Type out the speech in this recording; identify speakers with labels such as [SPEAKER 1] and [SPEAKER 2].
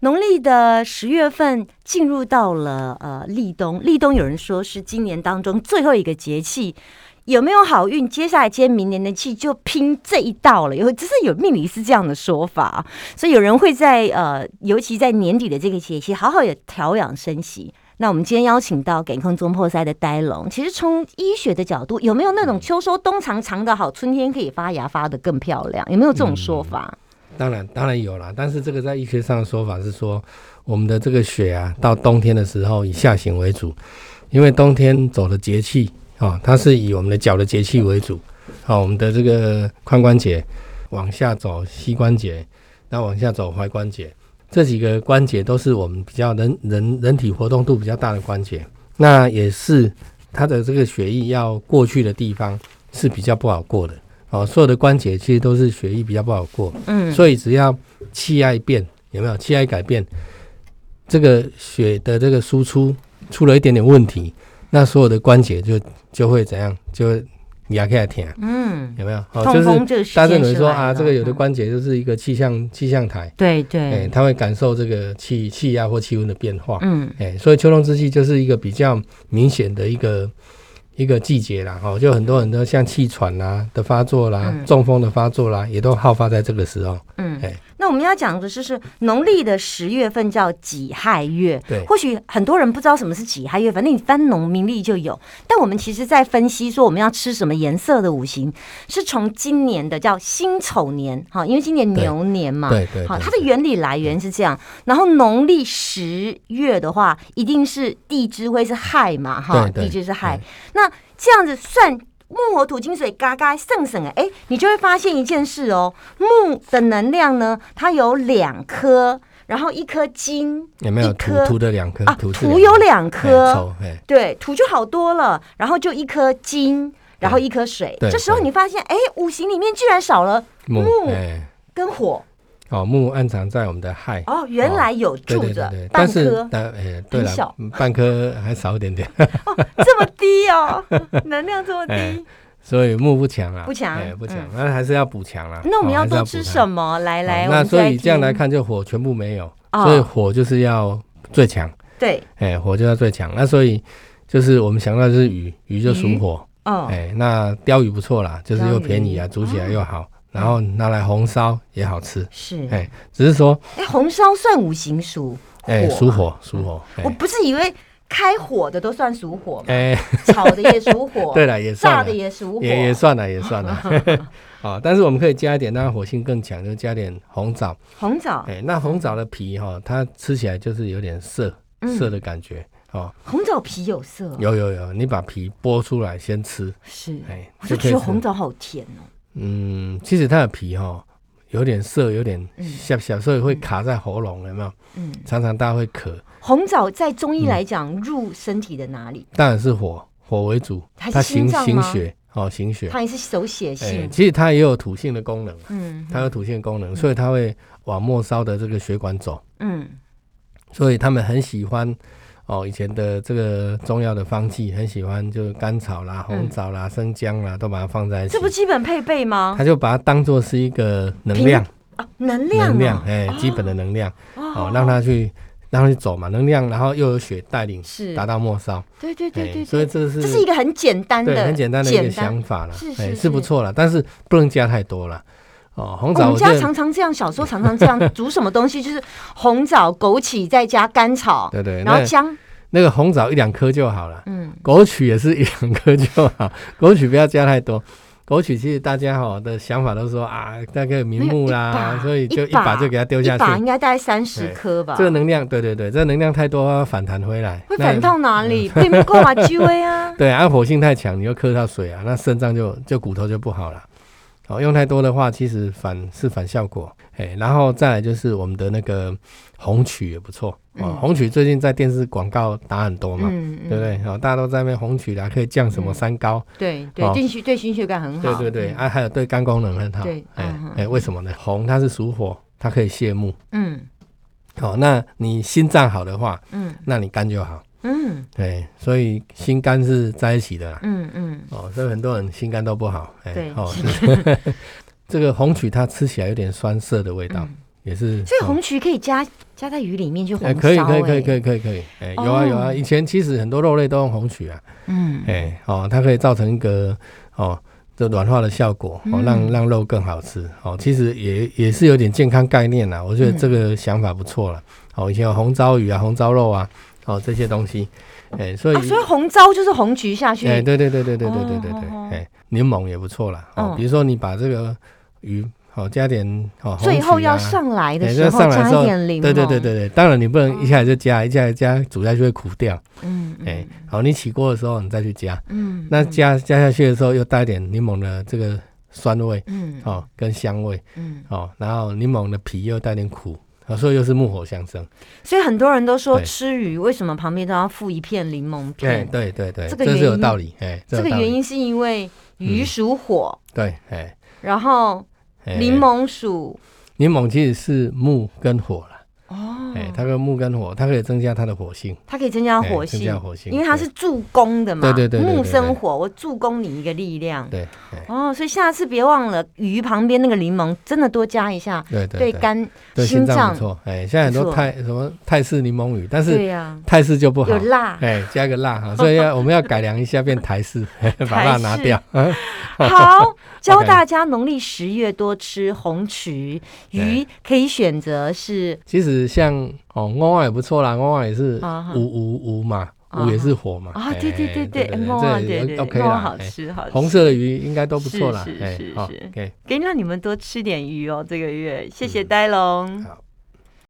[SPEAKER 1] 农历的十月份进入到了呃立冬，立冬有人说是今年当中最后一个节气，有没有好运？接下来接明年的气就拼这一道了，有只是有命理是这样的说法，所以有人会在呃，尤其在年底的这个节气，好好也调养生息。那我们今天邀请到给空中破塞的呆龙，其实从医学的角度，有没有那种秋收冬藏藏的好，春天可以发芽发的更漂亮？有没有这种说法？
[SPEAKER 2] 当然，当然有啦，但是这个在医学上的说法是说，我们的这个雪啊，到冬天的时候以下行为主，因为冬天走的节气啊、哦，它是以我们的脚的节气为主，啊、我们的这个髋关节往下走膝关节，那往下走踝关节，这几个关节都是我们比较人人人体活动度比较大的关节，那也是它的这个血液要过去的地方是比较不好过的。哦，所有的关节其实都是血液比较不好过，
[SPEAKER 1] 嗯，
[SPEAKER 2] 所以只要气压一变，有没有气压一改变，这个血的这个输出出了一点点问题，那所有的关节就就会怎样，就会压开来疼，
[SPEAKER 1] 嗯，
[SPEAKER 2] 有没有？哦，
[SPEAKER 1] 痛风
[SPEAKER 2] 是
[SPEAKER 1] 就是
[SPEAKER 2] 大家认为说
[SPEAKER 1] 先来
[SPEAKER 2] 啊，这个有的
[SPEAKER 1] 嗯
[SPEAKER 2] 关节就是一个气象气象台，
[SPEAKER 1] 对
[SPEAKER 2] 哎、
[SPEAKER 1] 对，
[SPEAKER 2] 它会感受这个气气压或气温的变化，
[SPEAKER 1] 嗯
[SPEAKER 2] 哎、所以秋冬之际就是一个比较明显的一个一个季节啦，哈、就很多很多像气喘啦、的发作啦、
[SPEAKER 1] 嗯
[SPEAKER 2] 中风的发作啦，也都好发在这个时候。
[SPEAKER 1] 嗯
[SPEAKER 2] 哎。
[SPEAKER 1] 那我们要讲的是，是农历的十月份叫己亥月。
[SPEAKER 2] 对
[SPEAKER 1] 或许很多人不知道什么是己亥月，反正你翻农民历就有。但我们其实，在分析说我们要吃什么颜色的五行，是从今年的叫辛丑年，哈，因为今年牛年嘛，
[SPEAKER 2] 对对
[SPEAKER 1] 好，
[SPEAKER 2] 对嗯
[SPEAKER 1] 它的原理来源是这样。然后农历十月的话，一定是地支会是亥嘛，哈，
[SPEAKER 2] 对对
[SPEAKER 1] 地支是亥
[SPEAKER 2] 对。
[SPEAKER 1] 那这样子算木火土金水嘎嘎剩剩哎，诶你就会发现一件事哦，木的能量呢，它有两颗，然后一颗金，
[SPEAKER 2] 有没有
[SPEAKER 1] 一
[SPEAKER 2] 土
[SPEAKER 1] 颗
[SPEAKER 2] 土的两颗
[SPEAKER 1] 啊，
[SPEAKER 2] 嗯土是
[SPEAKER 1] 土有两
[SPEAKER 2] 哎
[SPEAKER 1] 颗，
[SPEAKER 2] 丑哎，
[SPEAKER 1] 对，土就好多了，然后就一颗金。然后一颗水，
[SPEAKER 2] 对
[SPEAKER 1] 这时候
[SPEAKER 2] 对
[SPEAKER 1] 你发现，哎，五行里面居然少了
[SPEAKER 2] 木
[SPEAKER 1] 木
[SPEAKER 2] 哎，
[SPEAKER 1] 跟火，
[SPEAKER 2] 哦木暗藏在我们的亥。
[SPEAKER 1] 哦，原来有
[SPEAKER 2] 对
[SPEAKER 1] 住
[SPEAKER 2] 对对
[SPEAKER 1] 着
[SPEAKER 2] 对，
[SPEAKER 1] 半
[SPEAKER 2] 但是
[SPEAKER 1] 颗，
[SPEAKER 2] 但哎，对
[SPEAKER 1] 很小
[SPEAKER 2] 了，嗯半颗还少一点点，
[SPEAKER 1] 这么低哦，能量这么低
[SPEAKER 2] 哎，所以木不强啊，
[SPEAKER 1] 不强
[SPEAKER 2] 哎不强
[SPEAKER 1] 嗯，
[SPEAKER 2] 那还是要补强啦。
[SPEAKER 1] 那我们
[SPEAKER 2] 哦
[SPEAKER 1] 要
[SPEAKER 2] 还是
[SPEAKER 1] 多
[SPEAKER 2] 补
[SPEAKER 1] 吃
[SPEAKER 2] 它
[SPEAKER 1] 什么？来来，
[SPEAKER 2] 哦
[SPEAKER 1] 我
[SPEAKER 2] 那
[SPEAKER 1] 们
[SPEAKER 2] 所以
[SPEAKER 1] 再
[SPEAKER 2] 这样来
[SPEAKER 1] 听，
[SPEAKER 2] 看，就火全部没有，
[SPEAKER 1] 哦
[SPEAKER 2] 所以火就是要最强，
[SPEAKER 1] 对，
[SPEAKER 2] 哎，火就要最强。那所以就是我们想到就是鱼，鱼就属
[SPEAKER 1] 鱼
[SPEAKER 2] 火，
[SPEAKER 1] 哦，
[SPEAKER 2] 哎，那鲷鱼不错啦，就是
[SPEAKER 1] 鲷
[SPEAKER 2] 又
[SPEAKER 1] 鱼哦嗯
[SPEAKER 2] 便宜啊，煮起来又好，然后拿来红烧也好吃。
[SPEAKER 1] 是，
[SPEAKER 2] 哎，只是说，
[SPEAKER 1] 哎，红烧算五行属火，啊
[SPEAKER 2] 哎，
[SPEAKER 1] 嗯
[SPEAKER 2] 属，火，属火，
[SPEAKER 1] 我
[SPEAKER 2] 哎
[SPEAKER 1] 不是以为开火的都算属火嘛，
[SPEAKER 2] 哎，
[SPEAKER 1] 炒的也属火，
[SPEAKER 2] 对了，也
[SPEAKER 1] 炸
[SPEAKER 2] 算
[SPEAKER 1] 的
[SPEAKER 2] 了，
[SPEAKER 1] 也属火，
[SPEAKER 2] 也也算了，也 算了。好，但是我们可以加一点，让火性更强，就加点红枣。
[SPEAKER 1] 红枣，
[SPEAKER 2] 哎，那红枣的皮哈，它吃起来就是有点涩
[SPEAKER 1] 嗯
[SPEAKER 2] 哎涩的感觉。哦，
[SPEAKER 1] 红枣皮有色，
[SPEAKER 2] 有有有，你把皮剥出来先吃，
[SPEAKER 1] 是，
[SPEAKER 2] 哎，
[SPEAKER 1] 我
[SPEAKER 2] 就
[SPEAKER 1] 就
[SPEAKER 2] 可
[SPEAKER 1] 觉
[SPEAKER 2] 以
[SPEAKER 1] 得
[SPEAKER 2] 吃。
[SPEAKER 1] 红枣好甜哦，
[SPEAKER 2] 嗯，其实它的皮哈有点涩，有点
[SPEAKER 1] 嗯
[SPEAKER 2] 涩涩，所以会卡在喉咙，有没有？
[SPEAKER 1] 嗯，
[SPEAKER 2] 常常大家会咳，
[SPEAKER 1] 红枣在中医来讲入身体的哪里？
[SPEAKER 2] 当然是火火为主，
[SPEAKER 1] 还是
[SPEAKER 2] 嗯它
[SPEAKER 1] 心
[SPEAKER 2] 行
[SPEAKER 1] 脏
[SPEAKER 2] 行
[SPEAKER 1] 吗
[SPEAKER 2] 血哦，行血。哎
[SPEAKER 1] 它也是手写性，
[SPEAKER 2] 其实它也有土性的功能，
[SPEAKER 1] 嗯
[SPEAKER 2] 它有土性的功能，所以它会往末梢的这个血管走，
[SPEAKER 1] 嗯，
[SPEAKER 2] 所以他们很喜欢。哦，以前的这个中药的方剂很喜欢，就是甘草啦、红枣啦、生姜啦，都把它放在一起
[SPEAKER 1] 这，不基本配备吗？
[SPEAKER 2] 他就把它当做是一个能
[SPEAKER 1] 平
[SPEAKER 2] 量，
[SPEAKER 1] 啊，能量、啊，
[SPEAKER 2] 能量，哎，基本的能量，
[SPEAKER 1] 哦
[SPEAKER 2] 哦，让它去让它去走嘛，能量，然后又有血带领，
[SPEAKER 1] 是
[SPEAKER 2] 达到末梢，
[SPEAKER 1] 对对对
[SPEAKER 2] 哎
[SPEAKER 1] 对
[SPEAKER 2] 所以
[SPEAKER 1] 对，
[SPEAKER 2] 这是
[SPEAKER 1] 这是一个很简单的，
[SPEAKER 2] 对，很简单的一个
[SPEAKER 1] 简单
[SPEAKER 2] 想法啦，
[SPEAKER 1] 是
[SPEAKER 2] 哎
[SPEAKER 1] 是
[SPEAKER 2] 是不
[SPEAKER 1] 是
[SPEAKER 2] 错啦，但是不能加太多啦。哦，红
[SPEAKER 1] 我
[SPEAKER 2] 枣
[SPEAKER 1] 们
[SPEAKER 2] 我
[SPEAKER 1] 家
[SPEAKER 2] 觉得，
[SPEAKER 1] 常常这样，小时候常常这样 煮什么东西，就是红枣、枸杞，再加甘草，
[SPEAKER 2] 对对，
[SPEAKER 1] 然后
[SPEAKER 2] 那
[SPEAKER 1] 姜，
[SPEAKER 2] 那个红枣一两颗就好了，
[SPEAKER 1] 嗯，
[SPEAKER 2] 枸杞也是一两颗就好， 枸杞不要加太多。枸杞其实大家哈的想法都说啊，大概明目
[SPEAKER 1] 没有一
[SPEAKER 2] 啦
[SPEAKER 1] 把，
[SPEAKER 2] 所以就
[SPEAKER 1] 一
[SPEAKER 2] 一
[SPEAKER 1] 把
[SPEAKER 2] 把就给它丢
[SPEAKER 1] 一
[SPEAKER 2] 下
[SPEAKER 1] 把应
[SPEAKER 2] 去。
[SPEAKER 1] 该大概三十
[SPEAKER 2] 对
[SPEAKER 1] 颗吧
[SPEAKER 2] 哎这。个能量，对对对，这个能量太多要反弹回来，
[SPEAKER 1] 会
[SPEAKER 2] 那嗯
[SPEAKER 1] 反到哪里？并不 够啊，G V 啊，
[SPEAKER 2] 对，啊，火性太强，你又磕到水啊，那肾脏就就骨头就不好了。哦，用太多的话，其实反是反效果。哎，然后再来就是我们的那个红曲也不错
[SPEAKER 1] 嗯
[SPEAKER 2] 哦，红曲最近在电视广告打很多嘛，
[SPEAKER 1] 嗯，嗯
[SPEAKER 2] 对不对？哦，大家都在那边红曲啊啦，可以降什
[SPEAKER 1] 嗯
[SPEAKER 2] 么三高，
[SPEAKER 1] 对对，
[SPEAKER 2] 哦
[SPEAKER 1] 对血对心血管很
[SPEAKER 2] 对
[SPEAKER 1] 好，嗯
[SPEAKER 2] 对对，啊，还有对肝功能很好。
[SPEAKER 1] 对
[SPEAKER 2] 哎
[SPEAKER 1] 嗯哼
[SPEAKER 2] 哎，为什么呢？红它是属火，它可以泻木。
[SPEAKER 1] 嗯
[SPEAKER 2] 哦，那你心脏好的话，
[SPEAKER 1] 嗯
[SPEAKER 2] 那你肝就好。
[SPEAKER 1] 嗯
[SPEAKER 2] 对，所以心肝是在一起的啦。
[SPEAKER 1] 嗯嗯，
[SPEAKER 2] 哦，所以很多人心肝 都不好。哎、
[SPEAKER 1] 对
[SPEAKER 2] 哦，这个红曲它吃起来有点酸涩的味道，
[SPEAKER 1] 嗯
[SPEAKER 2] 也是。
[SPEAKER 1] 所以
[SPEAKER 2] 哦
[SPEAKER 1] 红曲可以加加在鱼里面去红
[SPEAKER 2] 哎，
[SPEAKER 1] 烧，
[SPEAKER 2] 可以，可以，可以，
[SPEAKER 1] 哎
[SPEAKER 2] 可以，可以，可以，哎，有啊，有啊，
[SPEAKER 1] 哦
[SPEAKER 2] 以前其实很多肉类都用红曲啊，
[SPEAKER 1] 嗯，
[SPEAKER 2] 哎，哦，它可以造成一个哦，这软化的效果，哦，
[SPEAKER 1] 嗯
[SPEAKER 2] 让让肉更好吃，哦，其实也也是有点健康概念啊啦，我觉得
[SPEAKER 1] 嗯
[SPEAKER 2] 这个想法不错了，哦，以前有红糟鱼啊，红糟肉啊，哦，这些东西，哎，所以
[SPEAKER 1] 哦，所以红糟就是红曲下去，
[SPEAKER 2] 哎，对对对对对对对对
[SPEAKER 1] 哦
[SPEAKER 2] 对
[SPEAKER 1] 哦哦，
[SPEAKER 2] 哎，柠檬也不错啦。哦
[SPEAKER 1] 嗯，
[SPEAKER 2] 比如说你把这个鱼哦加点哦，红
[SPEAKER 1] 最后
[SPEAKER 2] 曲啊
[SPEAKER 1] 要上来的
[SPEAKER 2] 哎
[SPEAKER 1] 时
[SPEAKER 2] 要
[SPEAKER 1] 候
[SPEAKER 2] 上来的
[SPEAKER 1] 加
[SPEAKER 2] 时
[SPEAKER 1] 一
[SPEAKER 2] 候
[SPEAKER 1] 点柠檬，
[SPEAKER 2] 对对对对对，当然你不能一下子就加，一下子加煮下去会苦掉。
[SPEAKER 1] 嗯，嗯
[SPEAKER 2] 哎，好，你起锅的时候你再去加，
[SPEAKER 1] 嗯，
[SPEAKER 2] 那加加下去的时候又带一点柠檬的这个酸味
[SPEAKER 1] 嗯
[SPEAKER 2] 哦跟香味
[SPEAKER 1] 嗯，
[SPEAKER 2] 哦，然后柠檬的皮又带点苦，哦所以又是木火相生。
[SPEAKER 1] 所以很多人都说
[SPEAKER 2] 对
[SPEAKER 1] 吃鱼为什么旁边都要附一片柠檬
[SPEAKER 2] 哎，
[SPEAKER 1] 片？
[SPEAKER 2] 对对对，
[SPEAKER 1] 这个
[SPEAKER 2] 这是
[SPEAKER 1] 原
[SPEAKER 2] 有
[SPEAKER 1] 因
[SPEAKER 2] 道理。哎，
[SPEAKER 1] 这个
[SPEAKER 2] 有道理
[SPEAKER 1] 原因是因为鱼
[SPEAKER 2] 嗯
[SPEAKER 1] 属火，
[SPEAKER 2] 对，哎，
[SPEAKER 1] 然后
[SPEAKER 2] 哎
[SPEAKER 1] 柠檬属
[SPEAKER 2] 柠檬其实是木跟火啦。
[SPEAKER 1] 哦，
[SPEAKER 2] 哎、它跟木跟火，它可以增加它的火性，
[SPEAKER 1] 它可以增加
[SPEAKER 2] 哎
[SPEAKER 1] 火
[SPEAKER 2] 增
[SPEAKER 1] 性
[SPEAKER 2] 加，火性，
[SPEAKER 1] 因为它是助攻的嘛，
[SPEAKER 2] 对对对对对对
[SPEAKER 1] 木生火，我助攻你一个力量。
[SPEAKER 2] 对对
[SPEAKER 1] 哦，所以下次别忘了鱼旁边那个柠檬，真的多加一下，
[SPEAKER 2] 对对
[SPEAKER 1] 对
[SPEAKER 2] 对，
[SPEAKER 1] 肝
[SPEAKER 2] 对
[SPEAKER 1] 心
[SPEAKER 2] 心
[SPEAKER 1] 脏
[SPEAKER 2] 脏不错。哎、现在很
[SPEAKER 1] 不
[SPEAKER 2] 多
[SPEAKER 1] 错
[SPEAKER 2] 泰什么泰式柠檬鱼，但是
[SPEAKER 1] 对呀，
[SPEAKER 2] 泰式就不好
[SPEAKER 1] 有，辣。
[SPEAKER 2] 哎、加个辣哈，所以要我们要改良一下，变台 式，把辣拿掉。
[SPEAKER 1] 好，教大家农历十月多吃红曲鱼，可以选择是
[SPEAKER 2] 其实像哦，欧啊也不错啦，欧啊也是
[SPEAKER 1] 啊哈
[SPEAKER 2] 五五五嘛，
[SPEAKER 1] 啊哈
[SPEAKER 2] 五也是火嘛。
[SPEAKER 1] 啊，
[SPEAKER 2] 哎
[SPEAKER 1] 对对对对，猫啊，
[SPEAKER 2] 这
[SPEAKER 1] 对对
[SPEAKER 2] 也
[SPEAKER 1] 对，
[SPEAKER 2] OK
[SPEAKER 1] 猫
[SPEAKER 2] 啦。
[SPEAKER 1] 好
[SPEAKER 2] 哎
[SPEAKER 1] 吃好吃。
[SPEAKER 2] 红色的鱼应该都不错啦
[SPEAKER 1] 是是。
[SPEAKER 2] 哎
[SPEAKER 1] 是，
[SPEAKER 2] 好
[SPEAKER 1] 是
[SPEAKER 2] ，OK，嗯
[SPEAKER 1] 给让你们多吃点鱼哦，这个月谢谢呆龙。
[SPEAKER 2] 好。